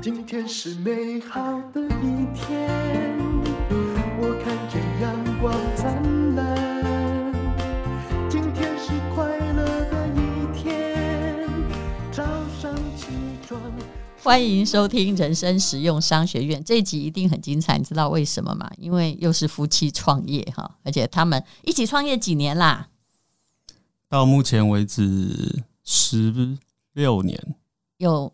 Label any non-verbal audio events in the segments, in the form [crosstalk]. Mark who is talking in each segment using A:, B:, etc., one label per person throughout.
A: 今天是美好的一天，我看见阳光灿烂。今天是快乐的一天，早上起床。
B: 欢迎收听《人生实用商学院》这一集一定很精彩，你知道为什么吗？因为又是夫妻创业哈，而且他们一起创业几年啦？
C: 到目前为止十六年，
B: 有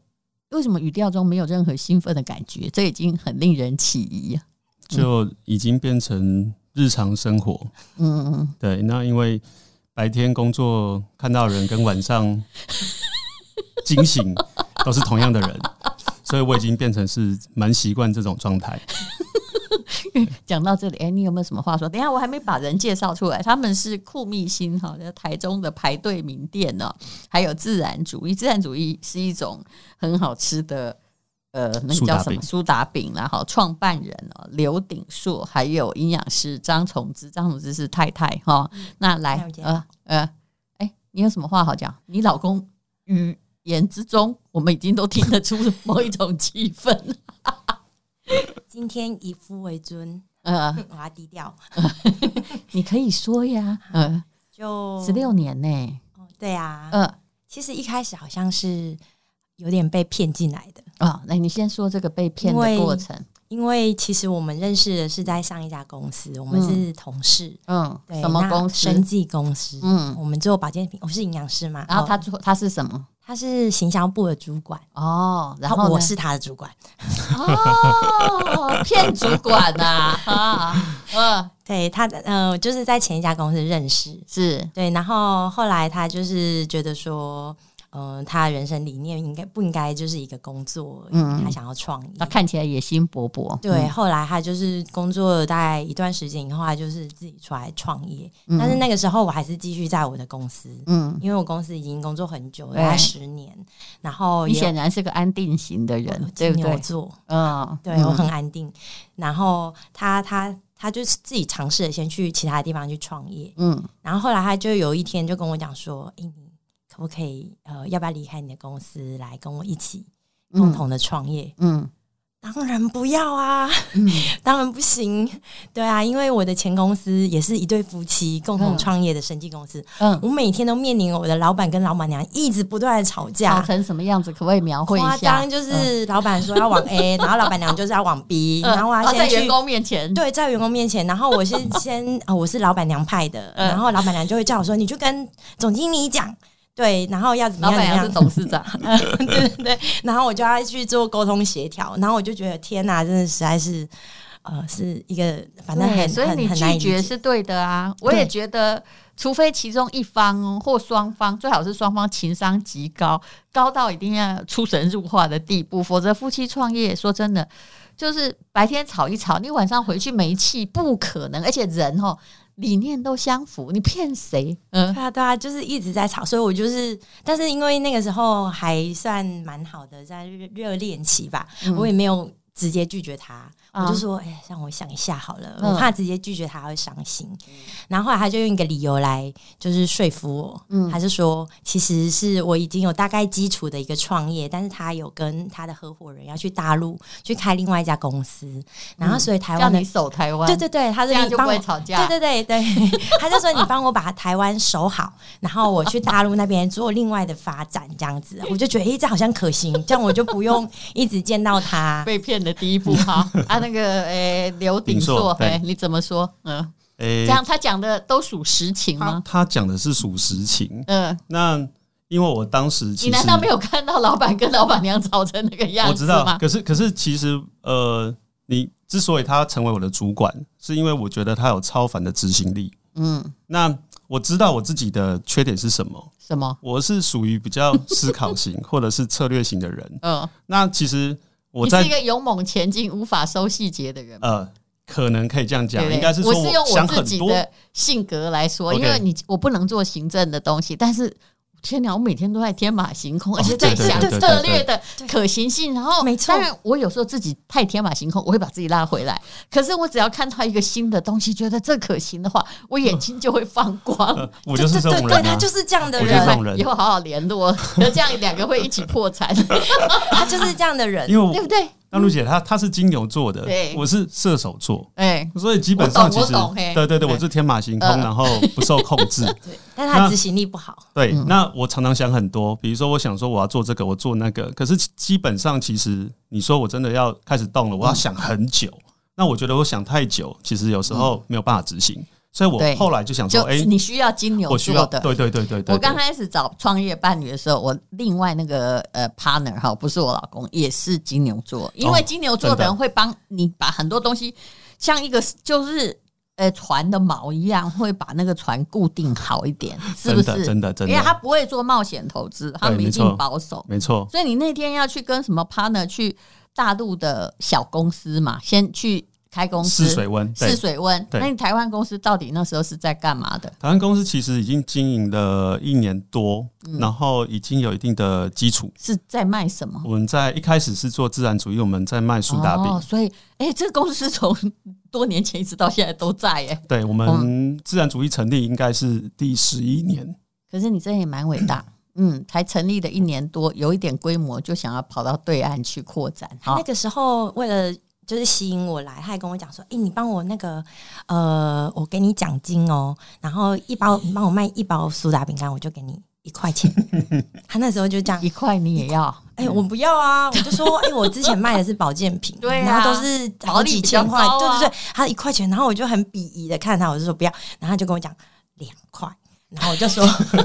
B: 为什么语调中没有任何兴奋的感觉？这已经很令人起疑啊。
C: 就已经变成日常生活。
B: 嗯，嗯
C: 对，那因为白天工作看到的人跟晚上惊醒都是同样的人，所以我已经变成是蛮习惯这种状态。
B: 嗯讲到这里，哎，你有没有什么话说？等一下我还没把人介绍出来，他们是酷蜜星哈，在台中的排队名店呢、还有自然主义，自然主义是一种很好吃的。呃，那个
C: 苏打
B: 叫什么
C: 饼
B: 苏打饼啦，哈，创办人哦刘鼎硕，还有营养师张崇之，张崇之是太太哈。那
D: 还
B: 来
D: 有，姐
B: 呃呃，哎，你有什么话好讲？你老公语言之中，我们已经都听得出某一种气氛。
D: 今天以夫为尊，
B: 呃，
D: 我要低调。
B: 你可以说呀，呃，
D: 就
B: 十六年呢、
D: 哦对啊，
B: 呃
D: 其实一开始好像是有点被骗进来的，
B: 哦，那你先说这个被骗
D: 因
B: 的
D: 为
B: 过程，
D: 因为其实我们认识的是在上一家公司，我们是同事，
B: 嗯，
D: 对，
B: 什么
D: 那
B: 公司？
D: 生技公司，
B: 嗯，
D: 我们做保健品，我是营养师嘛，
B: 然后他
D: 哦
B: 做他是什么？
D: 他是行销部的主管，
B: 哦，然
D: 啊
B: 后
D: 我
B: 呢
D: 是他的主管，
B: 哦，骗主管呐、啊，嗯，
D: 对他的呃，就是在前一家公司认识，
B: 是，
D: 对，然后后来他就是觉得说。嗯、他的人生理念应该不应该就是一个工作？
B: 嗯
D: 嗯，他想要创业，
B: 他看起来野心勃勃，
D: 对，啊
B: 嗯，
D: 后来他就是工作了大概一段时间以后，他就是自己出来创业。
B: 嗯
D: 但是那个时候我还是继续在我的公司，
B: 嗯，
D: 因为我公司已经工作很久了，
B: 对
D: 大概十年。然后
B: 你
D: 哦也哦
B: 显然是个安定型的人，对
D: 金
B: 不
D: 牛
B: 对？
D: 座，
B: 嗯，
D: 对哦
B: 嗯
D: 我很安定。然后他他他就是自己尝试了先去其他地方去创业，
B: 嗯，
D: 然后后来他就有一天就跟我讲说：“诶，你可不可以呃，要不要离开你的公司来跟我一起共同的创业？”
B: 嗯，
D: 当然不要啊！
B: 嗯，
D: [laughs] 当然不行，对啊，因为我的前公司也是一对夫妻共同创业的生技公司，
B: 嗯，
D: 我每天都面临我的老板跟老板娘一直不断的吵
B: 吵
D: 架，
B: 成什么样子？可不可以描绘
D: 夸
B: 一下
D: 张？就是老板说要往 A，、然后老板娘就是要往 B，、
B: [laughs] 嗯，
D: 然后我
B: 然
D: 要
B: 后在
D: 先
B: 员
D: 去。
B: 工面前，
D: [laughs] 对，在员工面前，然
B: [laughs]
D: 后我是先，呃、我是老板娘派的，
B: 嗯
D: 然后老板娘就会叫我说，你去跟总经理讲，对，然后要怎么
B: 老
D: 样
B: 板娘
D: 怎么样
B: 是，董事长，
D: 对对对，然后我就要去做沟通协调，然后我就觉得天哪，真的实在是，呃，是一个反正
B: 对
D: 很
B: 所以
D: 很
B: 你
D: 很难
B: 拒
D: 以理
B: 绝
D: 解
B: 是对的啊。我也觉得，除非其中一方或双方，最好是双方情商极高，高到一定要出神入化的地步，否则夫妻创业，说真的，就是白天吵一吵，你晚上回去没气，不可能。而且人哦，理念都相符，你骗谁？嗯
D: 对啊对啊，就是一直在吵，所以我就是，但是因为那个时候还算蛮好的，在热热恋期吧，
B: 嗯
D: 我也没有直接拒绝他，
B: 啊
D: 我就说，哎、让我想一下好了，
B: 嗯
D: 我怕直接拒绝他会伤心。然后后来他就用一个理由来就是说服我，
B: 嗯
D: 他是说，其实是我已经有大概基础的一个创业，但是他有跟他的合伙人要去大陆去开另外一家公司，然后所以台
B: 嗯叫
D: 湾的、
B: 你守台湾，
D: 对对对，他
B: 这
D: 说
B: 样
D: 你
B: 就不
D: 帮我
B: 会吵架。
D: 对对对对，他就说你帮我把台湾守好，然后我去大陆那边做另外的发展，这样子，我就觉得诶、这好像可行，这样我就不用一直见到他。
B: 被骗的第一步
D: [laughs]
B: 哈啊，那个诶，刘鼎
C: 鼎硕
B: 硕，
C: 对
B: 诶，你怎么说？嗯，
C: 诶、
B: 这样他讲的都属实情
C: 他
B: 吗？
C: 他讲的是属实情。
B: 嗯，
C: 那因为我当时其
B: 你
C: 实
B: 难道没有看到老板跟老板娘吵成那个样
C: 我知
B: 子
C: 道，
B: 吗？
C: 可是可是其实呃，你之所以他成为我的主管，是因为我觉得他有超凡的执行力。
B: 嗯，
C: 那我知道我自己的缺点是什么，
B: 什么？
C: 我是属于比较思考型
B: [laughs]
C: 或者是策略型的人。
B: 嗯，
C: 那其实我
B: 你是一
C: 在
B: 个勇猛前进、无法收细节的人吗。
C: 呃，可能可以这样
B: 对
C: 讲
B: 不，对
C: 应该是说
B: 我是用我
C: 想
B: 自
C: 很
B: 己
C: 多，
B: 的性格来说，
C: OK
B: 因为你我不能做行政的东西，但是天哪，我每天都在天马行空，
C: 哦
B: 而且在
C: 对
B: 想
C: 对对
B: 策
C: 对对
B: 略的可行性。然后，
D: 没错
B: 当然我有时候自己太天马行空，我会把自己拉回来。可是我只要看到一个新的东西，觉得这可行的话，我眼睛就会放
C: [laughs]
B: 光。
C: 呃我就是这
D: 对
C: 种
D: 对对，
C: 人
D: 他
C: 啊，
D: 就是这样的
C: 我就是这
D: 人，
C: 种人
B: 以后好好联络， [laughs] 这样两个会一起破
C: [laughs]
B: 产，
D: 他就是这样的人。
C: 因为
B: 对不
C: 我
B: 对？
C: 那露姐她她是金牛座的
B: 对，
C: 我是射手座，
B: 哎，
C: 所以基本上其实
B: 我懂我懂嘿
C: 对对
B: 对
C: 对，我是天马行空，
B: 嗯
C: 然后不受控
B: [laughs]
C: 制。
D: 对，但他的执行力不好。
C: 对，
B: 嗯
C: 那我常常想很多，比如说我想说我要做这个，我做那个，可是基本上其实你说我真的要开始动了，我要想很久。
B: 嗯
C: 那我觉得我想太久，其实有时候没有办法执行，所以
B: 对
C: 我后来就想说，
B: 就
C: 哎，
B: 你需要金牛
C: 我需
B: 座
C: 要
B: 的，
C: 对对对对对，
B: 我刚
C: 对
B: 开始找创业伴侣的时候，我另外那个呃 partner 哈，不是我老公，也是金牛座，因为金牛座的
C: 哦真
B: 人
C: 的
B: 会帮你把很多东西，像一个就是呃船的锚一样，会把那个船固定好一点，是不
C: 真的
B: 是？
C: 真的真
B: 因为他
C: 的，
B: 不会做冒险投资，他们一
C: 没
B: 定
C: 错
B: 保守，
C: 没错，
B: 所以你那天要去跟什么 partner 去大陆的小公司嘛，先去开公司
C: 试水温。对
B: 试，水温。
C: 对
B: 那你台湾公司到底那时候是在干嘛的？
C: 台湾公司其实已经经营了一年多，
B: 嗯
C: 然后已经有一定的基础。
B: 是在卖什么？
C: 我们在一开始是做自然主义，我们在卖苏打饼，
B: 嗯哦，所以哎、诶这个公司从多年前一直到现在都在耶。
C: 对我
B: 哦
C: 们自然主义成立应该是第十一年，
B: 可是你这也蛮伟
C: [clears throat]
B: 大，嗯，才成立了一年多，有一点规模就想要跑到对岸去扩展哈
D: 他
C: 啊
D: 那。个时候为了就是吸引我来，他还跟我讲说：“哎、你帮我那个呃，我给你奖金哦，然后一包你帮我卖一包苏打饼干，我就给你一
C: [laughs]
D: 块钱。”他那时候就这样
B: 一。块你也要，
D: 哎、我不要啊！我就说，哎、我之前卖的是保健品，
B: [laughs] 对啊
D: 然后都是好几千块，
B: 毛利比较高啊
D: 对对对，他一块钱，然后我就很鄙夷的看他，我就说不要，然后他就跟我讲两块。然后我就说， [laughs]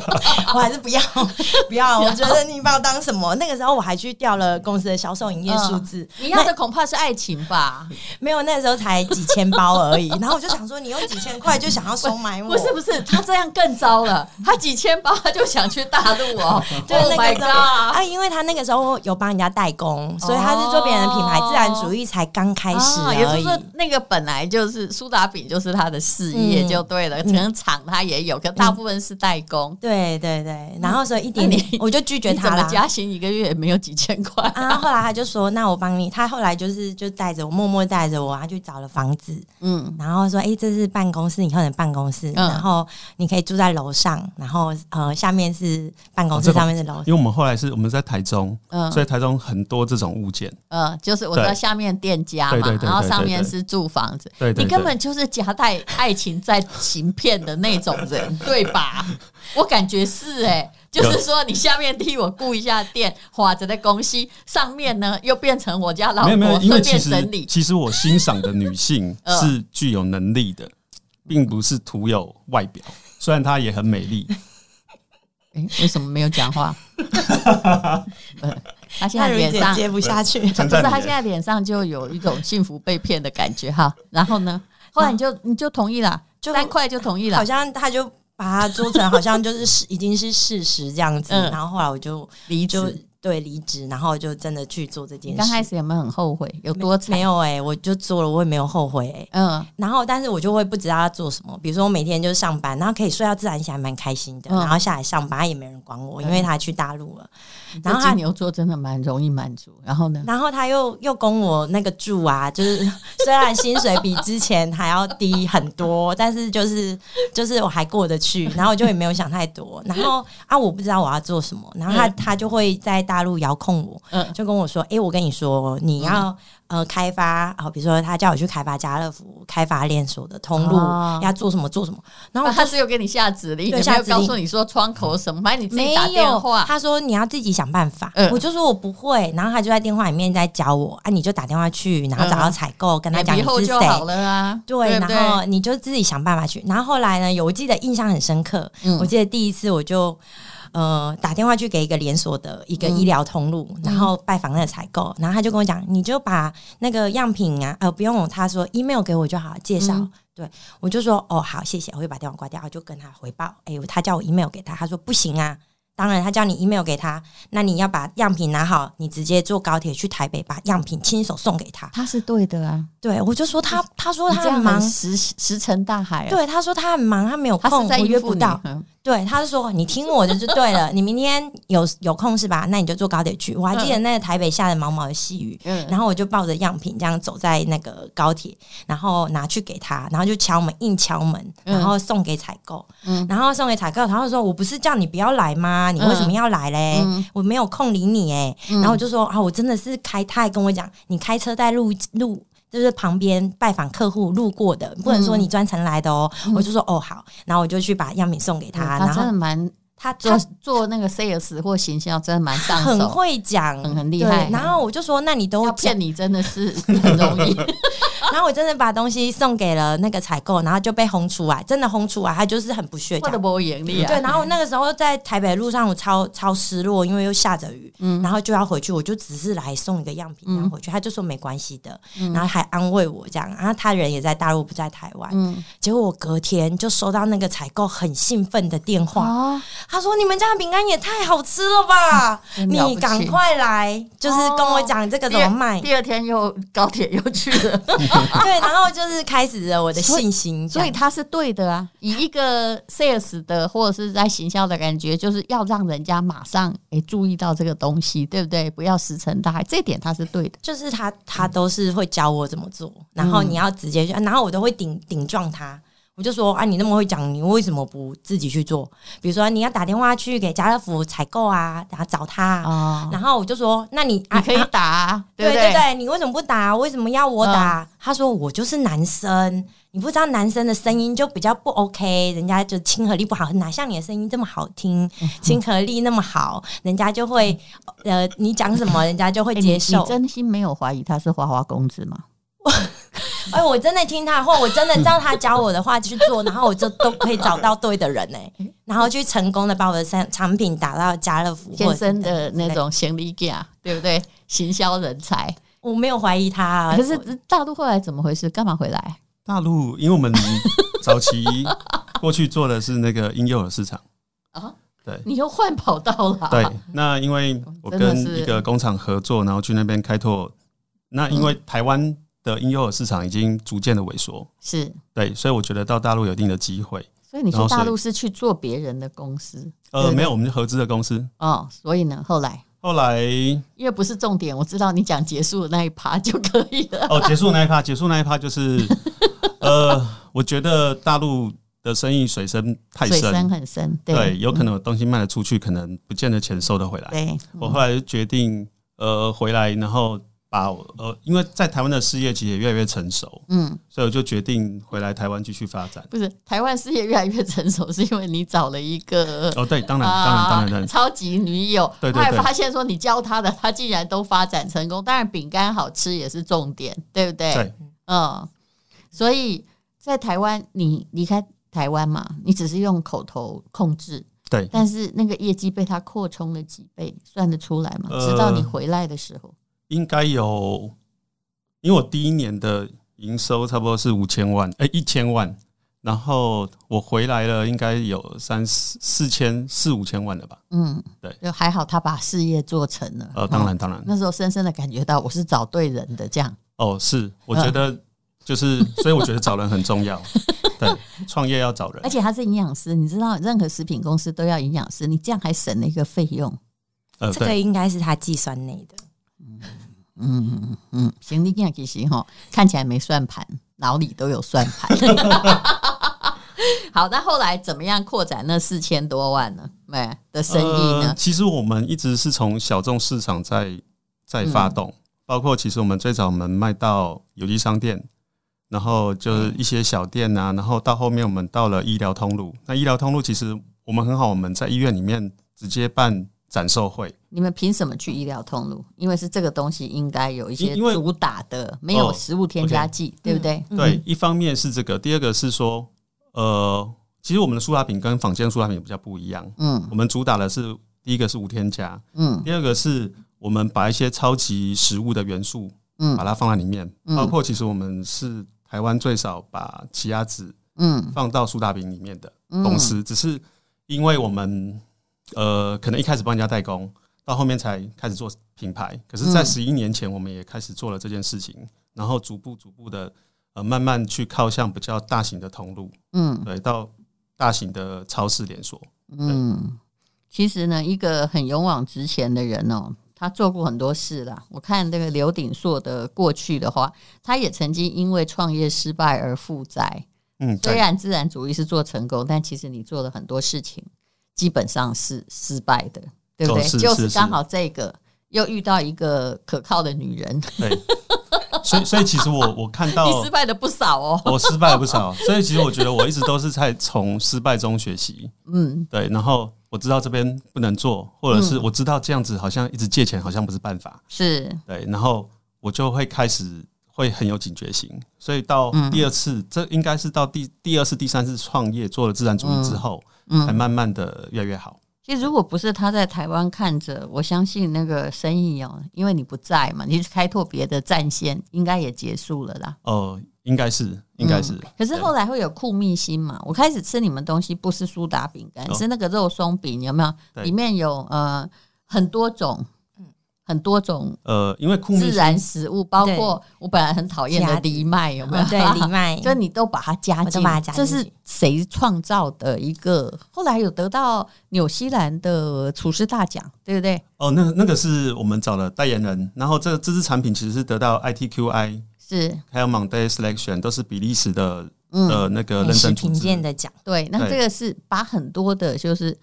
D: 我还是不要， [laughs] 不要。啊我觉得你把我当什么？那个时候我还去调了公司的销售营业数字，
B: [laughs] 哦你要的恐怕是爱情吧？
D: 没有，那时候才几千包而已。然后我就想说，你用几千块就想要收买我，
B: 哦 [laughs] 不是不是，他这样更糟 [laughs] 了，他几千包他就想去大陆哦
D: 对
B: [laughs] ，Oh
D: 那
B: my
D: 个时候
B: god！
D: 啊，因为他那个时候有帮人家代工，所以他是做别人的品牌，
B: 哦
D: 自然主义才刚开始
B: 啊也就
D: 而
B: 是
D: 已。
B: 说，那个本来就是苏打饼，就是他的事业
D: 嗯
B: 就对了，可能厂他也有，可大部分是代工。
D: 对对对，然后所以一点
B: 嗯那你
D: 点我就拒绝
B: 你怎
D: 他
B: 么
D: 了。
B: 加薪一个月也没有几千块
D: 啊，后来他就说：“那我帮你。”他后来就是就带着我，默默带着我，啊他去找了房子，
B: 嗯，
D: 然后说：“哎、这是办公室，以后的办公室，
B: 嗯
D: 然后你可以住在楼上，然后呃，下面是办公
C: 哦
D: 室，
C: 这个
D: 上面是楼
C: 因为我们后来是我们在台中，
B: 嗯
C: 所以台中很多这种物件，
B: 呃，就是我知道
C: 对
B: 下面店家
C: 对
B: 嘛
C: 对，对对
B: 然后上
C: 对对
B: 面是住房子，
C: 对对
B: 你
C: 对
B: 根本就是夹带爱情在行骗的那种人，对 [laughs] 吧？我感觉是哎、就是说你下面替我顾一下店，划着的公司，上面呢又变成哦我家老
C: 没有没有，
B: 婆，
C: 因
B: 顺
C: 为其
B: 便
C: 实
B: 整理。
C: 其实我欣赏的女性
B: [laughs] 嗯
C: 是具有能力的，并不是徒有外表，虽然她也很美丽，
B: 诶为什么没有讲 [laughs] 话？呃他现
D: 那
B: 在
D: 如
B: 脸
D: 姐
B: 上
D: 接不下去，
C: 称
B: 不是，
C: 赞
B: 他
C: 你
B: 现
C: 耶。
B: 在脸上就有一种幸福被骗的感觉哈。然后呢，后来你就你就同意了，
D: 就
B: 三块就同意了
D: [laughs] 好，像他就把它做成好像就是事已经是事实这样子。
B: 嗯
D: 然后后来我就
B: 离
D: 就
B: 职。
D: 对离职，然后就真的去做这件
B: 你
D: 事。
B: 刚开始有没有很后悔？有多惨
D: 没？有哎、我就做了，我也没有后悔哎、
B: 嗯
D: 然后，但是我就会不知道要做什么。比如说，我每天就是上班，然后可以睡到自然醒，还蛮开心的。
B: 嗯
D: 然后下来上班也没人管我，因为他去大陆了。然后
B: 这
D: 他
B: 金牛座真的蛮容易满足。然后呢？
D: 然后他又又供我那个住啊，就是 [laughs] 虽然薪水比之前还要低很多，但是就是就是我还过得去，然后我就也没有想太多。然后啊，我不知道我要做什么，然后他他就会在大陆遥控我，
B: 嗯
D: 就跟我说：“诶，我跟你说，你要呃开发啊、比如说他叫我去开发家乐福、开发连锁的通路，
B: 哦
D: 要做什么做什么。”然
B: 那
D: 后我就
B: 他只有给你下指令，
D: 对
B: 有没
D: 下
B: 有
D: 指令
B: 告诉你说窗口什么？还是你自己
D: 没
B: 打电
D: 有，
B: 话？
D: 他说你要自己想办法，
B: 嗯
D: 我就说我不会，然后他就在电话里面在教我，啊，你就打电话去，然后找到采购，跟他讲
B: 哎以
D: 你
B: 后
D: 是
B: 就好
D: 谁。
B: 了啊。
D: 对，
B: 不
D: 然后你就自己想办法去。然后后来呢？有我记得印象很深刻，
B: 嗯
D: 我记得第一次我就呃打电话去给一个连锁的一个
B: 嗯
D: 医疗通路，然后拜访那个采购，然后他就跟我讲，你就把那个样品啊，呃，不用，他说 email 给我就好，介绍。
B: 嗯
D: 对，我就说哦好，谢谢，我就把电话挂掉，我就跟他回报。哎、他叫我 email 给他，他说不行啊，当然，他叫你 email 给他，那你要把样品拿好，你直接坐高铁去台北，把样品亲手送给他。
B: 他是对的啊，
D: 对，我就说他，他说
B: 你
D: 他
B: 这
D: 很
B: 样
D: 忙
B: 很，石石沉大海啊。，
D: 对，他说他很忙，他没有
B: 他
D: 空，
B: 是在
D: 我约
B: 应付
D: 不
B: 你
D: 到。。
B: 嗯
D: 对，他就说你听我的就对了，你明天有有空是吧？那你就坐高铁去。我还记得那个台北下的毛毛的细雨，
B: 嗯
D: 然后我就抱着样品这样走在那个高铁，然后拿去给他，然后就敲门，硬敲门，
B: 嗯
D: 然后送给采购，
B: 嗯
D: 然后送给采购，然后说我不是叫你不要来吗？你为什么要来嘞？
B: 嗯
D: 我没有空理你哎、
B: 嗯
D: 然后我就说啊，我真的是开，他还跟我讲，你开车在路路。就是旁边拜访客户路过的，不
B: 嗯
D: 能说你专程来的哦。我就说哦好，然后我就去把样品送给他，
B: 嗯他
D: 然
B: 真
D: 后
B: 的蛮
D: 他
B: 做
D: 他
B: 做那个 sales 或行销，真的蛮上手，
D: 很会讲，
B: 很很厉
D: 对
B: 害
D: 然后我就说，那你等我
B: 要
D: 讲
B: 骗你真的是很容
D: [laughs]
B: 易。
D: 然后我真的把东西送给了那个采购，然后就被轰出来，真的轰出来，他就是很不屑
B: 我
D: 讲
B: 的。不眼力啊！
D: 对，然后那个时候在台北路上，我超超失落，因为又下着雨，
B: 嗯
D: 然后就要回去，我就只是来送一个样品，然后回去，他就说没关系的，
B: 嗯
D: 然后还安慰我这样，然后他人也在大陆，不在台湾，
B: 嗯，
D: 结果我隔天就收到那个采购很兴奋的电话，
B: 哇，
D: 他说：“你们家的饼干也太好吃了吧！
B: 嗯真了不起哦
D: 你赶快来，就是跟我讲这个怎么卖。
B: 第二天又高铁又去 [laughs] 了，
D: 对，然后就是开始了我的信心这
B: 所
D: 样，
B: 以他是对的啊。以一个 sales 的或者是在行销的感觉，就是要让人家马上诶、注意到这个东西，对不对？不要石沉大海，这一点他是对的。
D: 就是他他都是会教我怎么做，
B: 嗯
D: 然后你要直接去，啊然后我都会顶顶撞他。我就说啊，你那么会讲，你为什么不自己去做？比如说啊你要打电话去给家乐福采购啊，然后找他啊、
B: 哦，
D: 然后我就说，那你啊
B: 你可以打、啊，
D: 对
B: 不嗯
D: 对对，你为什么不打？为什么要我打？他说我就是男生，你不知道男生的声音就比较不 OK，人家就亲和力不好，哪像你的声音这么好听，
B: 嗯
D: 亲和力那么好，人家就会呃，你讲什么人家就会
B: 诶
D: 接
B: 嗯哎
D: 受
B: 你你。真心没有怀疑他是花花公子吗？
D: 哎、我真的听他的话，我真的照他教我的话去做，然后我就都可以找到对的人呢、哎 [laughs] 然后去成功的把我的产产品打到家乐福或者
B: 天
D: 是
B: 生
D: 等
B: 的
D: 等之类
B: 那，种行李架，对不对？行销人才。
D: 我没有怀疑他、啊。
B: 可是大陆后来怎么回事？干嘛回来？
C: 大陆，因为我们早期过去做的是那个婴幼儿市场，
B: 你又换跑道了、 [laughs]
C: 对，，那因为我
B: 真的
C: 跟
B: 是
C: 一个工厂合作，然后去那边开拓。那因
B: 嗯
C: 为台湾的婴幼儿市场已经逐渐的萎缩，
B: 是。
C: 对，所以我觉得到大陆有一定的机会。
B: 所以你去
C: 然后所以
B: 大陆是去做别人的公司
C: 呃，
B: 对对
C: 没有，我们是合资的公司。
B: 哦，所以呢，后来
C: 后来
B: 因为不是重点，我知道你讲结束的那一趴就可以了。
C: [laughs] 哦，结束那一趴，结束那一趴就是，呃，我觉得大陆的生意水深太
B: 水
C: 深，
B: 深很深，对嗯
C: 对，有可能有东西卖得出去，可能不见得钱收得回来。
B: 对，嗯
C: 我后来就决定呃回来，然后把我呃，因为在台湾的事业其实也越来越成熟，
B: 嗯，
C: 所以我就决定回来台湾继续发展。
B: 不是台湾事业越来越成熟，是因为你找了一个。啊
C: 哦，对，当然，当然，当然，当然，
B: 超级女友，
C: 对对
B: 后来
C: 对
B: 发现说你教她的，她竟然都发展成功。当然，饼干好吃也是重点，对不对？
C: 对，
B: 嗯，所以在台湾，你离开台湾嘛，你只是用口头控制，
C: 对，
B: 但是那个业绩被他扩充了几倍，算得出来吗？
C: 呃
B: 直到你回来的时候，
C: 应该有，因为我第一年的营收差不多是五千万，哎、一千万，然后我回来了，应该有三四四千四五千万了吧？
B: 嗯，
C: 对
B: 就还好他把事业做成了。
C: 呃，当
B: 哦
C: 然，当然，
D: 嗯
B: 那时候深深的感觉到我是找对人的，这样
C: 哦，是，我觉得
D: 嗯
C: 就是，所以我觉得找人很重
D: [laughs]
C: 要，对，创业要找人
B: 而。且他是营养师，你知道任何食品公司都要营养师，你这样还省了一个费用。
C: 呃，
D: 这个
C: 对，
D: 应该是他计算内的。
B: 嗯嗯，行李架其实哈，看起来没算盘，脑里都有算
C: [laughs]
B: 盘。 [laughs] 好，那后来怎么样扩展那四千多万呢？没的生意
C: 呃
B: 呢？
C: 其实我们一直是从小众市场在在发动，
B: 嗯
C: 包括其实我们最早我们卖到有机商店，然后就是一些小店
B: 嗯
C: 啊，然后到后面我们到了医疗通路。那医疗通路其实我们很好，我们在医院里面直接办展售会，
B: 你们凭什么去医疗通路？因为是这个东西应该有一些
C: 因因为
B: 主打的，没有
C: 哦嗯
B: 食物添加剂，对不对？
C: 对，一方面是这个，第二个是说，呃，其实我们的苏打饼跟坊间苏打饼比较不一样，
B: 嗯
C: 我们主打的是第一个是无添加，
B: 嗯
C: 第二个是我们把一些超级食物的元素把
B: 嗯
C: 它放在里面，
B: 嗯
C: 包括其实我们是台湾最少把奇亚籽
B: 嗯
C: 放到苏打饼里面的
B: 嗯
C: 公司，只是因为我们呃，可能一开始帮人家代工，到后面才开始做品牌。可是，在
D: 嗯
C: 十一年前，我们也开始做了这件事情，然后逐步逐步的呃，慢慢去靠向比较大型的通路，
B: 嗯
C: 对，到大型的超市连锁。
B: 嗯，其实呢，一个很勇往直前的人哦，他做过很多事啦。我看这个刘鼎硕的过去的话，他也曾经因为创业失败而负债。
C: 嗯，
B: 虽
C: 对，
B: 然自然主义是做成功，但其实你做的很多事情基本上是失败的，对不对？
C: 哦是
B: 就是刚
C: 是
B: 好这个又遇到一个可靠的女人，
C: 对。 [laughs] 所以，所以其实我我看到
B: [laughs] 你失败的不少哦。
C: 我失败了不少，所以其实我觉得我一直都是在从失败中学习。
B: 嗯，
C: 对，然后我知道这边不能做，或者是我知道这样子好像一直借钱好像不是办法，
B: 是，
C: 对，然后我就会开始会很有警觉性，所以到
B: 嗯
C: 第二次，这应该是到第第二次、第三次创业做了自然主义之后，才
B: 嗯，
C: 慢慢的越来越好。
B: 其实如果不是他在台湾看着，我相信那个生意哦，因为你不在嘛，你开拓别的战线，应该也结束了啦。
C: 哦、应该是，应该是。
B: 嗯可是后来会有酷蜜心嘛？我开始吃你们东西不是苏打饼干，
C: 哦
B: 是那个肉松饼，有没有？
C: 对
B: 里面有呃很多种，很多种
C: 呃，因为酷蜜
B: 自然食物，包括我本来很讨厌的
D: 加
B: 藜麦，有没有？
D: 嗯 [laughs] 对，藜 [laughs] 麦
B: 就你都把它加
D: 我
B: 进，
D: 都把它加
B: 这
D: 进
B: 是
D: 去
B: 谁创造的一个？后来有得到纽西兰的厨师大奖，对不对？
C: 哦，那那个是我们找了代言人，然后这这支产品其实是得到 ITQI
B: 是，
C: 还有 Monday Selection 都是比利时的
B: 嗯，
C: 呃的那个
D: 美
C: 认
D: 食
C: 证组
D: 评鉴
C: 织。
D: 的奖，
B: 对。那
C: 对
B: 这个是把很多的，就是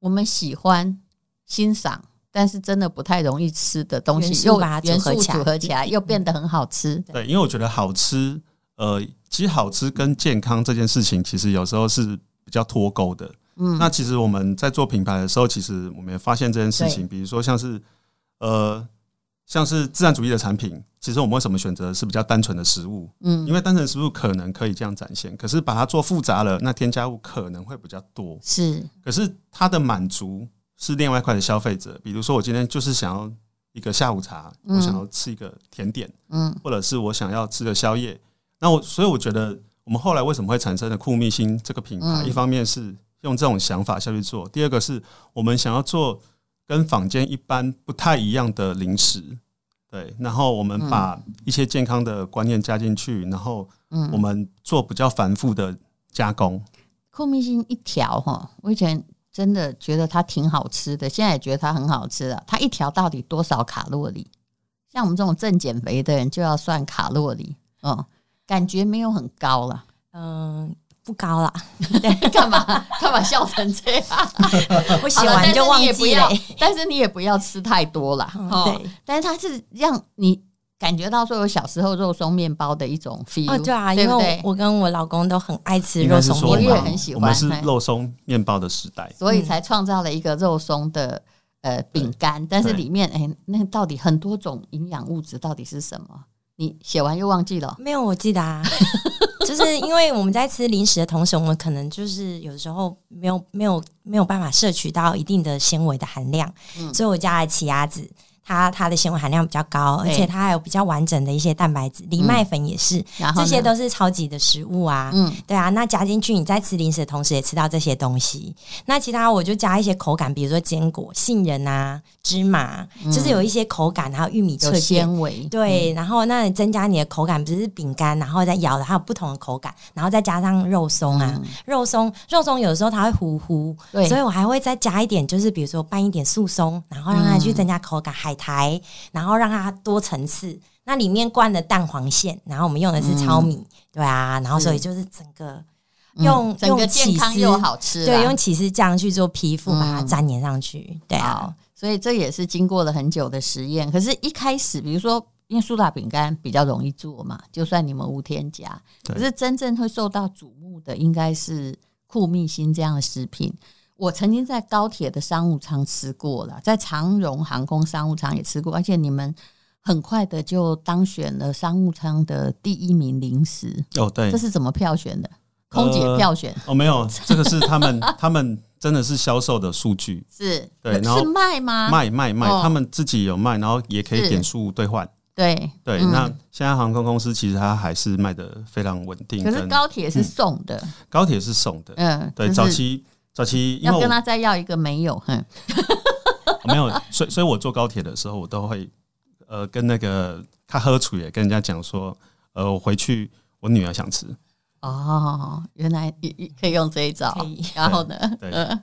B: 我们喜欢欣赏，但是真的不太容易吃的东
D: 元
B: 西，
D: 素
B: 又
D: 把它组
B: 元
D: 合
B: 素
D: 起来
B: 组合起来，又变得很好吃。
C: 对，因为我觉得好吃，呃，其实好吃跟健康这件事情，其实有时候是比较脱钩的。
B: 嗯，
C: 那其实我们在做品牌的时候，其实我们也发现这件事情，比如说像是呃，像是自然主义的产品，其实我们为什么选择是比较单纯的食物？
B: 嗯
C: 因为单纯食物可能可以这样展现，可是把它做复杂了，那添加物可能会比较多。
B: 是，
C: 可是它的满足是另外一块的消费者，比如说我今天就是想要一个下午茶，
B: 嗯
C: 我想要吃一个甜点，
B: 嗯
C: 或者是我想要吃个宵夜。那我所以我觉得我们后来为什么会产生了酷蜜星这个品牌，
B: 嗯
C: 一方面是用这种想法下去做，第二个是我们想要做跟坊间一般不太一样的零食。对，然后我们把一些健康的观念加进去，然后
B: 嗯
C: 我。们做比较繁复的加工。
B: 酷蜜心一条哈，我以前真的觉得它挺好吃的，现在也觉得它很好吃了。它一条到底多少卡路里？像我们这种正减肥的人就要算卡路里，嗯，感觉没有很高了。 [laughs]
D: 嗯，不高啦， [laughs]
B: 干嘛干嘛笑成这样？
D: 我
B: 好
D: [laughs] 写
B: 了
D: 完就忘
B: 但是你也不
D: 记
B: 要
D: 了。，
B: [laughs] 但是你也不要吃太多啦。
D: 嗯
B: 哦
D: 对，
B: 但是它是让你感觉到说有小时候肉松面包的一种 feel，、
D: 哦，对啊，
B: 对
D: 因为
B: 不对
D: 我？我跟我老公都很爱吃
C: 应
D: 肉
C: 该是
D: 松
C: 说
B: 我
D: 面
B: 也
D: 包，
B: 很喜欢
C: 我们是
B: 嘿
C: 肉松面包的时代。
B: 所以
D: 嗯
B: 才创造了一个肉松的呃饼干，但是里面哎、那到底很多种营养物质到底是什么？你写完又忘记了，
D: 没有我记得啊， [laughs] 就是因为我们在吃零食的同时，我们可能就是有时候没有没有没有办法摄取到一定的纤维的含量，
B: 嗯
D: 所以我加了奇亚籽。它它的纤维含量比较高，而
B: 对嗯
D: 且它还有比较完整的一些蛋白质，藜麦粉也是，
B: 然后
D: 这
B: 呢
D: 些都是超级的食物啊。
B: 嗯
D: 对啊，那加进去，你在吃零食的同时也吃到这些东西。那其他我就加一些口感，比如说坚果、杏仁啊、芝麻，
B: 嗯
D: 就是有一些口感，还有玉米
B: 有
D: 脆片。
B: 纤维，
D: 对，然后那你增加你的口感，不是饼干，然后再咬，它有不同的口感，然后再加上肉
B: 嗯
D: 松啊，肉松，肉松有的时候它会糊糊，
B: 对
D: 所以我还会再加一点，就是比如说拌一点素松，然后让它去增加口感，海
B: 嗯
D: 苔，然后让它多层次。那里面灌的蛋黄馅，然后我们用的是糙米，对啊，然后所以就是整个
B: 嗯
D: 用、
B: 整个
D: 用
B: 健
D: 起
B: 康
D: 司
B: 又好吃啦，啊
D: 对，用起司酱去做皮肤，把它
B: 嗯
D: 粘黏上去，对啊
B: 好，，所以这也是经过了很久的实验。可是，一开始，比如说，因为苏打饼干比较容易做嘛，就算你们无添加，
C: 对
B: 可是真正会受到瞩目的，应该是酷蜜星这样的食品。我曾经在高铁的商务舱吃过了，在长荣航空商务舱也吃过，而且你们很快的就当选了商务舱的第一名零食，
C: 哦，对
B: 这，是怎么票选的？空姐
C: 呃
B: 票选、
C: 哦，没有，这个是他们他们真的是销售的数据，
B: 是
C: 对然后
B: 是卖吗？
C: 卖卖卖
B: 哦，
C: 他们自己有卖，然后也可以
B: 是
C: 点数兑换。
B: 对
C: 对，
B: 嗯
C: 那现在航空公司其实它还是卖的非常稳定，
B: 可是
C: 跟
B: 高铁是
C: 嗯
B: 送的，
C: 高铁是送的。
B: 嗯，
C: 对，
B: 就是
C: 早期早期因为
B: 要
C: 我
B: 跟他再要一个没有，哼，
C: 没有，所以所以我坐高铁的时候，我都会呃跟那个他喝醋也跟人家讲说，呃，我回去我女儿想吃，
B: 哦，原来也也可以用这一招
D: 可以。
B: [laughs] 然后呢，
C: 对
B: 呃，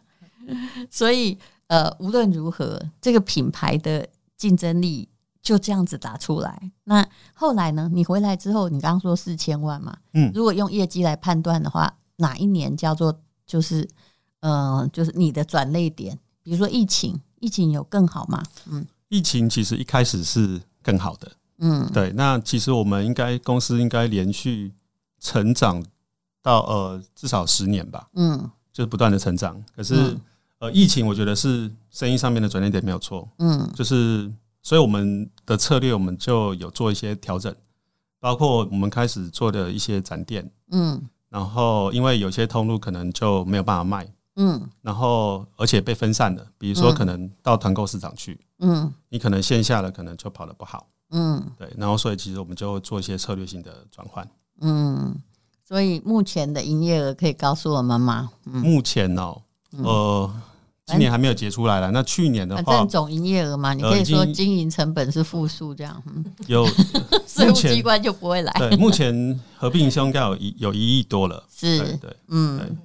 B: 所以呃，无论如何，这个品牌的竞争力就这样子打出来。那后来呢？你回来之后，你刚刚说四千万嘛，
C: 嗯
B: 如果用业绩来判断的话，哪一年叫做就是呃，就是你的转类点？比如说疫情，疫情有更好吗？嗯
C: 疫情其实一开始是更好的，
B: 嗯，
C: 对，那其实我们应该公司应该连续成长到呃至少十年吧，
B: 嗯
C: 就是不断的成长。可是、
B: 嗯
C: 呃疫情，我觉得是生意上面的转折点没有错，
B: 嗯
C: 就是所以我们的策略我们就有做一些调整，包括我们开始做的一些展店，
B: 嗯
C: 然后因为有些通路可能就没有办法卖，
B: 嗯
C: 然后而且被分散了，比如说可能到团购市场去，
B: 嗯
C: 你可能线下的可能就跑得不好。
B: 嗯
C: 对，然后所以其实我们就做一些策略性的转换。
B: 嗯，所以目前的营业额可以告诉我们吗？嗯，
C: 目前哦，呃，今年还没有结出来了。那去年的
B: 反
C: 话
B: 正，总营业额嘛，你
C: 呃
B: 可以说
C: 已经
B: 经营成本是负数这样，嗯， [laughs]
C: 有
B: 税务
C: 目前
B: 机关就不会来。
C: 对目前合并应该有一有一亿多了。
B: 是，
C: 对对对
B: 嗯，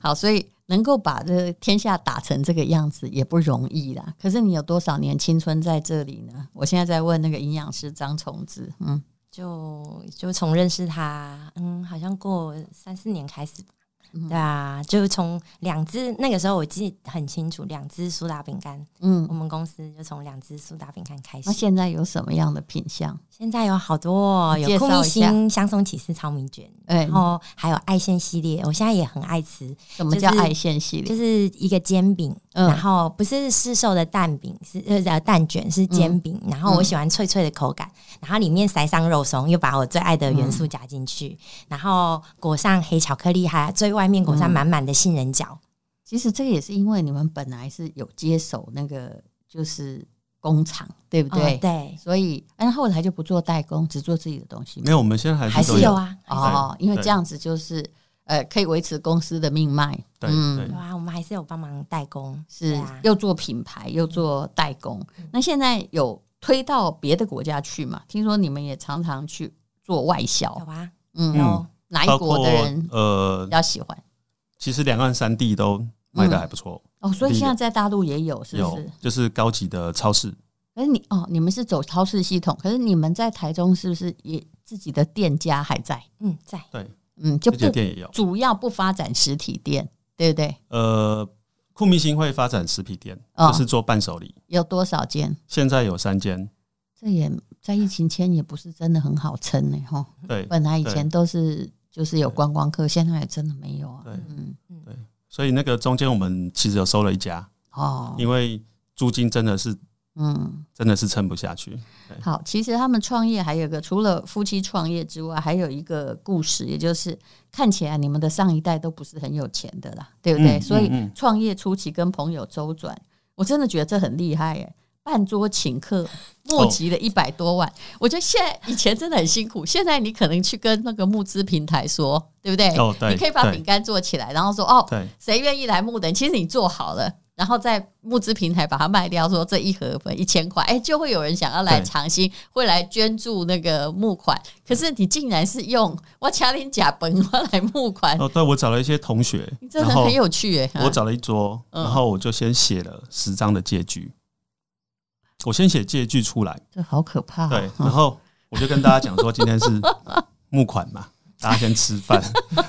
B: 好，所以能够把这个天下打成这个样子也不容易啦。可是你有多少年青春在这里呢？我现在在问那个营养师张崇子，嗯，
D: 就就从认识他，嗯，好像过三四年开始吧。
B: 嗯
D: 对啊，就从两只那个时候我记得很清楚，两只苏打饼干，
B: 嗯
C: 哦
D: 我们公司就从两只苏打饼干开始
B: 那。现在有什么样的品相？
D: 现在有好多、哦，
B: 介
D: 有
B: 绍
D: 酷
B: 一下
D: 蜜星、香松起司糙米卷，
B: 哎、
C: 哦
D: 然后还有爱线系列，我现在也很爱吃，
B: 什么叫
D: 就是
B: 爱线系列？
D: 就是一个煎饼，
B: 嗯
D: 然后不是市售的蛋饼，是呃蛋卷是煎
B: 嗯
D: 饼，然后我喜欢脆脆的口感，然后里面塞上肉松，又把我最爱的元
B: 嗯
D: 素加进去，然后裹上黑巧克力，还最外面裹
B: 嗯
D: 上满满的杏仁角。
B: 其实这个也是因为你们本来是有接手那个就是工厂，对不对？
D: 哦对，
B: 所以，但后来就不做代工，只做自己的东西嘛
C: 没有，我们现在还
D: 还
C: 是都
D: 是有。啊，
B: 哦，
C: 对
B: 因为
C: 对
B: 这样子就是呃，可以维持公司的命脉。
C: 对
D: 有
B: 嗯
C: 对，
D: 啊，我们还是有帮忙代工，
B: 是、
D: 对啊，
B: 又做品牌又做代工。那现在有推到别的国家去嘛？听说你们也常常去做外销
D: 有，啊，
B: 嗯，
C: 嗯
B: 哪一
C: 包括
B: 国的人
C: 呃
B: 比，较喜欢？
C: 其实两岸三地都卖的还不错，
B: 哦，所以现在在大陆也有，嗯是不
C: 有
B: 是？
C: 就是高级的超市。
B: 可是你哦，你们是走超市系统，可是你们在台中是不是也自己的店家还在？
D: 嗯，在
C: 对，
B: 嗯，就
C: 这
B: 不
C: 家店也有。
B: 主要不发展实体店，对不对？
C: 呃，酷明星会发展实体店，
B: 哦
C: 就是做伴手礼。
B: 有多少间？
C: 现在有三间，
B: 这也在疫情前也不是真的很好撑呢，哈。
C: 对
B: 本来以
C: 对
B: 前都是就是有观光客，现在也真的没有啊
C: 对。
B: 嗯，
C: 所以那个中间我们其实有收了一家，
B: 哦，
C: 因为租金真的是
B: 嗯，
C: 真的是撑不下去。
B: 好。其实他们创业还有一个，除了夫妻创业之外，还有一个故事，也就是看起来你们的上一代都不是很有钱的啦，对不对？
C: 嗯
B: 所以
C: 嗯嗯
B: 创业初期跟朋友周转，我真的觉得这很厉害耶、办桌请客，
C: 哦
B: 募集了一百多万，我觉得现在以前真的很辛苦，现在你可能去跟那个募资平台说，对不对？
C: 哦，对，
B: 你可以把
C: 对
B: 饼干做起来，然后说哦，
C: 对
B: 谁愿意来募的？其实你做好了，然后在募资平台把它卖掉，说这一盒粉一千块，哎，就会有人想要来
C: 对
B: 尝新，会来捐助那个募款。可是你竟然是用我请你假本我来募款，
C: 哦，对我找了一些同学
B: 你，真
C: 然
B: 的
C: 后
B: 很有趣耶！
C: 我找了一桌，
B: 嗯
C: 然后我就先写了十张的借据，我先写借据出来，
B: 这好可怕、
C: 对，然
B: 嗯
C: 后我就跟大家讲说，今
B: [laughs]
C: 天是募款嘛，大家先吃饭，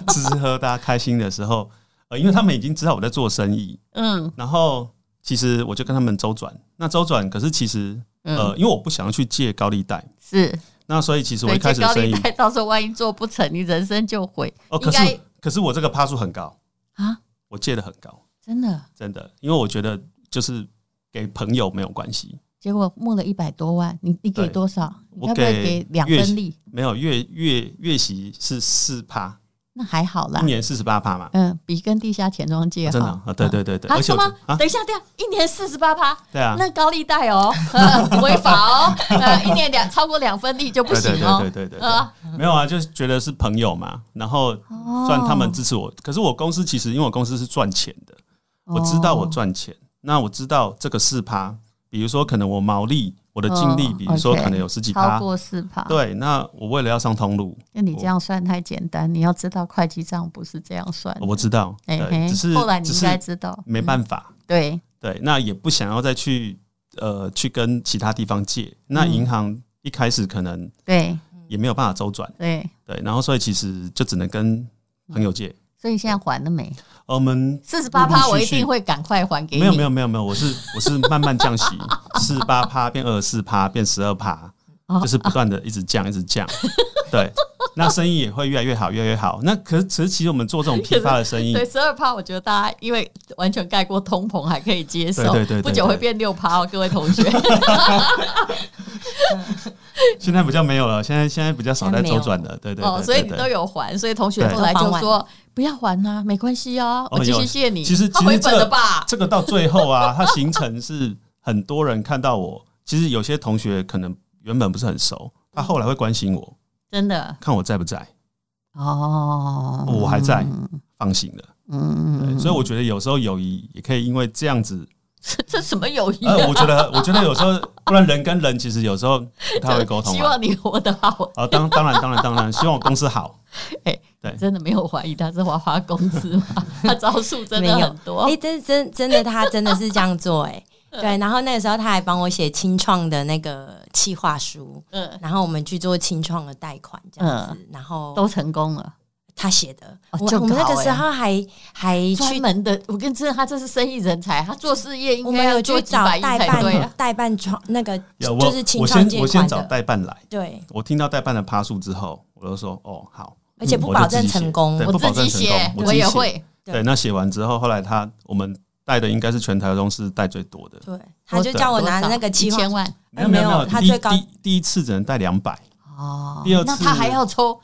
C: 吃吃喝，大家开心的时候，呃，因为他们已经知道我在做生意，
B: 嗯
C: 然后其实我就跟他们周转，那周转可是其实
B: 嗯，
C: 呃，因为我不想要去借高利贷，
B: 是，
C: 那所以其实我
B: 所
C: 一
B: 以
C: 开
B: 这
C: 始
B: 高
C: 生
B: 利
C: 意
B: 贷到时候万一做不成，你人生就毁
C: 哦，
B: 应
C: 可
B: 该
C: 是可是我这个趴数很高，
B: 啊！
C: 我借的很高，
B: 真的，
C: 真的，因为我觉得就是给朋友没有关系，
B: 结果募了一百多万，你你给
C: 对
B: 多少？你
C: 我
B: 该不会
C: 给
B: 给两
C: 月
B: 分
C: 薪
B: 利？
C: 没有月月月息是四趴，
B: 那还好啦
C: 一，年四十八趴嘛，
B: 嗯，比跟地下钱庄借好、
C: 真的啊，对对对对，
B: 啊
C: 而
B: 什
C: 且我
B: 么？
C: 啊，
B: 等一下，等一下，一年四十八趴，
C: 对啊，
B: 那高利贷哦，呃违法哦，呃，一年两超过两分利就不
C: 对
B: 行
C: 对
B: 哦
C: 对对。对对对，
B: 啊，
C: 没有啊，就是觉得是朋友嘛，然后
B: 哦
C: 算他们支持我，可是我公司其实因为我公司是赚钱的，我知道
B: 哦
C: 我赚钱，那我知道这个四趴，比如说可能我毛利，我的净利，
B: 哦
C: 比如说
B: OK
C: 可能有十几
B: 超
C: 趴，
B: 过四趴。，
C: 对，那我为了要上通路，
B: 那你这样算太简单，你要知道会计账不是这样算的。
C: 我知道，
B: 哎
C: 对，
B: 嘿
C: 只是
B: 后来你
C: 只
B: 应
C: 是
B: 该知道，
C: 没
B: 法。
C: 办法，
B: 对，
C: 对，那也不想要再去呃去跟其他地方借，那
B: 嗯
C: 银行一开始可能
B: 对
C: 也没有办法周转，
B: 对，
C: 对，然后所以其实就只能跟朋友借。
B: 所以现在还了没？
C: 呃我们
B: 四十八
C: 陆陆续
B: 趴，
C: 续
B: 我一定会赶快还给你。
C: 没有没有没有没有，我是我是慢慢降息，四八趴变二四趴变十二趴，
B: 哦
C: 就是不断的一直降一
B: [laughs]
C: 直降。对，那生意也会越来越好，越来越好。那可是其实其实我们做这种批发的生意，
B: 对，十二趴，我觉得大家因为完全盖过通膨，还可以接受。
C: 对对对对对
B: 不久会变六趴哦，各位同学。
C: 现在比较没有了，现在现在比较少在周转了。对对对
B: 哦，所以你
C: 对
B: 都有还，所以同学
C: 对
B: 后来就
D: 都还
B: 说不要还啦、没关系啊，我
C: 哦
B: 继
C: 有
B: 续借你。
C: 其实
B: 他
C: 其
B: 回
C: 实这
B: 本
C: 个
B: 了吧？
C: 这个到最后啊，它形成是很多人看到我，其实有些同学可能原本不是很熟，他后来会关心我，
B: 真的
C: 看我在不在，
B: 哦，
C: 我还在
B: 嗯
C: 放心了。对，
B: 嗯，
C: 所以我觉得有时候友谊也可以因为这样子，
B: 这 [laughs] 这什么友谊、啊？
C: 呃，我觉得我觉得有时候不然人跟人其实有时候不太会沟通
B: 希
C: 啊。
B: 望你活得好。
C: 啊，当当然当然当然，希望我公司好。对
B: 真的没有怀疑他是花花公子
C: [laughs]
B: 吗？他招数真的很多
D: 哎、。真真真的，他真的是这样
B: [laughs]
D: 做哎、对，然后那个时候他还帮我写清创的那个企划书，
B: 嗯，
D: 然后我们去做清创的贷款这样子，然后
B: 都成功了，
D: 他写的，
B: 嗯哦
D: 我
B: 就
D: 我们那
B: 好
D: 个
B: 欸
D: 时候还还
B: 专
D: 去，
B: 门的，我跟你真的，他这是生意人才，他做事业
D: 我
B: 应该
D: 们
B: 要
D: 有
B: 做
D: 去
B: 几
D: 找
B: 百亿
D: 代
B: 才对
D: 办
B: 啊。
D: 代办创那个
C: 有
D: 就
C: 我
D: 是清
C: 我
D: 创
C: 先
D: 借
C: 我先
D: 款
C: 找
D: 的，
C: 代办来，
D: 对，
C: 我听到代办的趴数之后，我就说哦好，
D: 而且
C: 嗯
D: 不
C: 我就
D: 保
C: 自己
D: 证
C: 写
D: 成功
C: 对
B: 我
C: 不保
B: 自
C: 证
B: 己
C: 成
B: 写
C: 功，，我
B: 我
C: 自己
B: 也
C: 写
B: 会，
D: 对
C: 对，那写完之后，后来他我们带的应该是全台中是带最多的，
D: 对，他就叫我拿那个
B: 七
D: 计划
B: 千，万
D: 哎没有他
C: 第一
D: 最高
C: 第第一次只能带两百
B: 哦
C: 第二次
B: 那他还要抽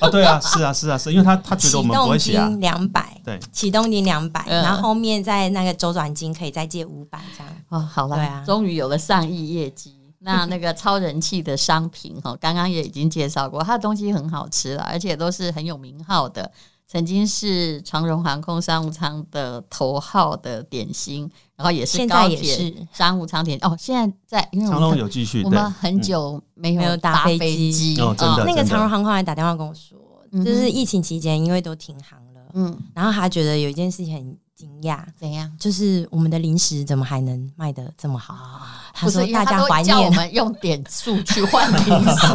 C: 啊，对啊，是啊是啊是，因为他他觉
D: 启
C: 得我们不
D: 动
C: 会写啊，
D: 金两百，
C: 对，
D: 启动金两百，
B: 嗯
D: 然后后面在那个周转金可以再借五百这样。
B: 哦，好
D: 对
B: 啦，
D: 啊
B: 终于有了上亿业
D: [laughs]
B: 绩。那那个超人气的商品哈，刚刚也已经介绍过，它的东西很好吃啦，而且都是很有名号的，曾经是长荣航空商务舱的头号的点心，然后也是
D: 现
B: 高
D: 在也
B: 铁
D: 是
B: 商务舱点哦，现在在因为我
C: 长
B: 们
C: 隆有继续，
B: 我
C: 对
B: 们很久没
D: 没
B: 有
D: 有搭
B: 搭
D: 飞
B: 飞
D: 机
B: 机
C: 哦真的
B: 啊
D: 那个
C: 真
D: 长荣航空还打电话跟我说，
B: 嗯哼
D: 就是疫情期间因为都停航了，
B: 嗯，
D: 然后他觉得有一件事情很惊讶，
B: 怎样？
D: 就是我们的零食怎么还能卖的这么
B: 啊
D: 好？他
B: 不是
D: 说，
B: 因为
D: 大
B: 他
D: 家
B: 都
D: 怀
B: 叫我
D: 念了，
B: 们用点数去换零 [laughs] 食，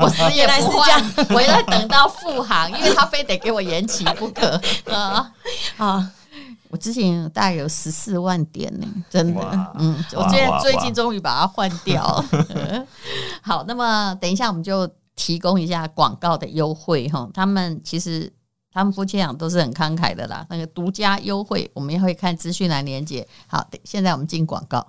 B: 我死也
D: 原来
B: 不
D: 是这
B: 换，我要等到复航，因为他非得给我延期不可 [laughs] 啊！
D: 啊，
B: 我之前大概有十四万点呢、真的
C: 哇，
B: 嗯，我
C: 哇
B: 最
C: 哇
B: 最
C: 哇
B: 近终于把它换
D: [laughs]
B: 掉了。嗯好，那么等一下我们就提供一下广告的优惠哈，他们其实他们夫妻俩都是很慷慨的啦，那个独家优惠我们也会看资讯栏连接。好，等现在我们进广告，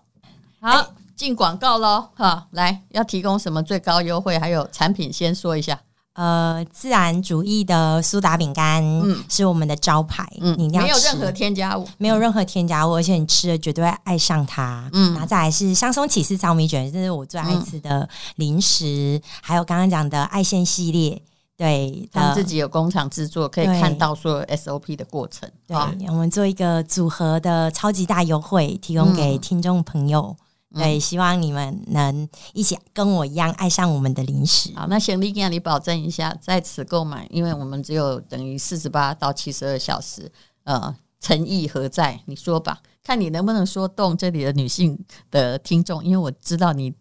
B: 好，进广告喽哈，来要提供什么最高优惠，还有产品先说一下，
D: 呃，自然主义的苏打饼干
B: 嗯
D: 是我们的招牌，
B: 嗯，
D: 你一定要
B: 没有
D: 吃嗯
B: 任何添加物，
D: 没有任何添加物，而且你吃了绝对会爱上它。
B: 嗯
D: 嗯，然后再来是香松起司糙米卷，这是我最爱吃的零食，还有刚刚讲的爱线系列，对
B: 他们
D: 的
B: 自，己有工厂制作，可以
D: 对
B: 看到所有 SOP 的过程，
D: 对
B: 啊，
D: 我们做一个组合的超级大优惠，提供给
B: 嗯
D: 听众朋友。
B: 嗯
D: 对，希望你们能一起跟我一样爱上我们的零食。
B: 好，那行李给你保证一下，在此购买，因为我们只有等于四十八到七十二小时，呃，诚意何在？你说吧，看你能不能说动这里的女性的听众，因为我知道你，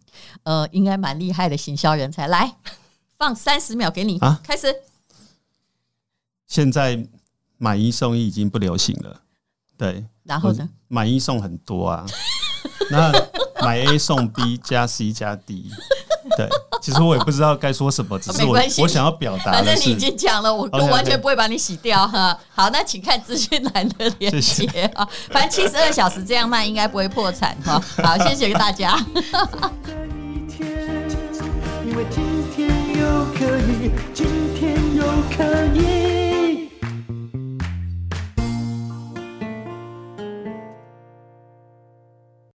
B: 呃，应该蛮厉害的行销人才。来，放三十秒给你，
C: 啊
B: 开始。
C: 现在买一送一已经不流行了，对，
B: 然后呢？
C: 买一送很多
B: [laughs]
C: 啊，那买 A 送 B 加 C 加 D，对，其实我也不知道该说什么，只是
B: 没
C: 我
B: 关系
C: 我想要表达
B: 反
C: 的
B: 正你
C: 是
B: 已，经讲了，我我
C: OK，OK
B: 完全不会把你洗掉哈。好，那请看资讯栏的链接
C: 谢
B: 啊。反正七十二小时这样卖，应该不会破产哈。好，谢谢大家。
A: 的一天，因为今天又可以，今天又可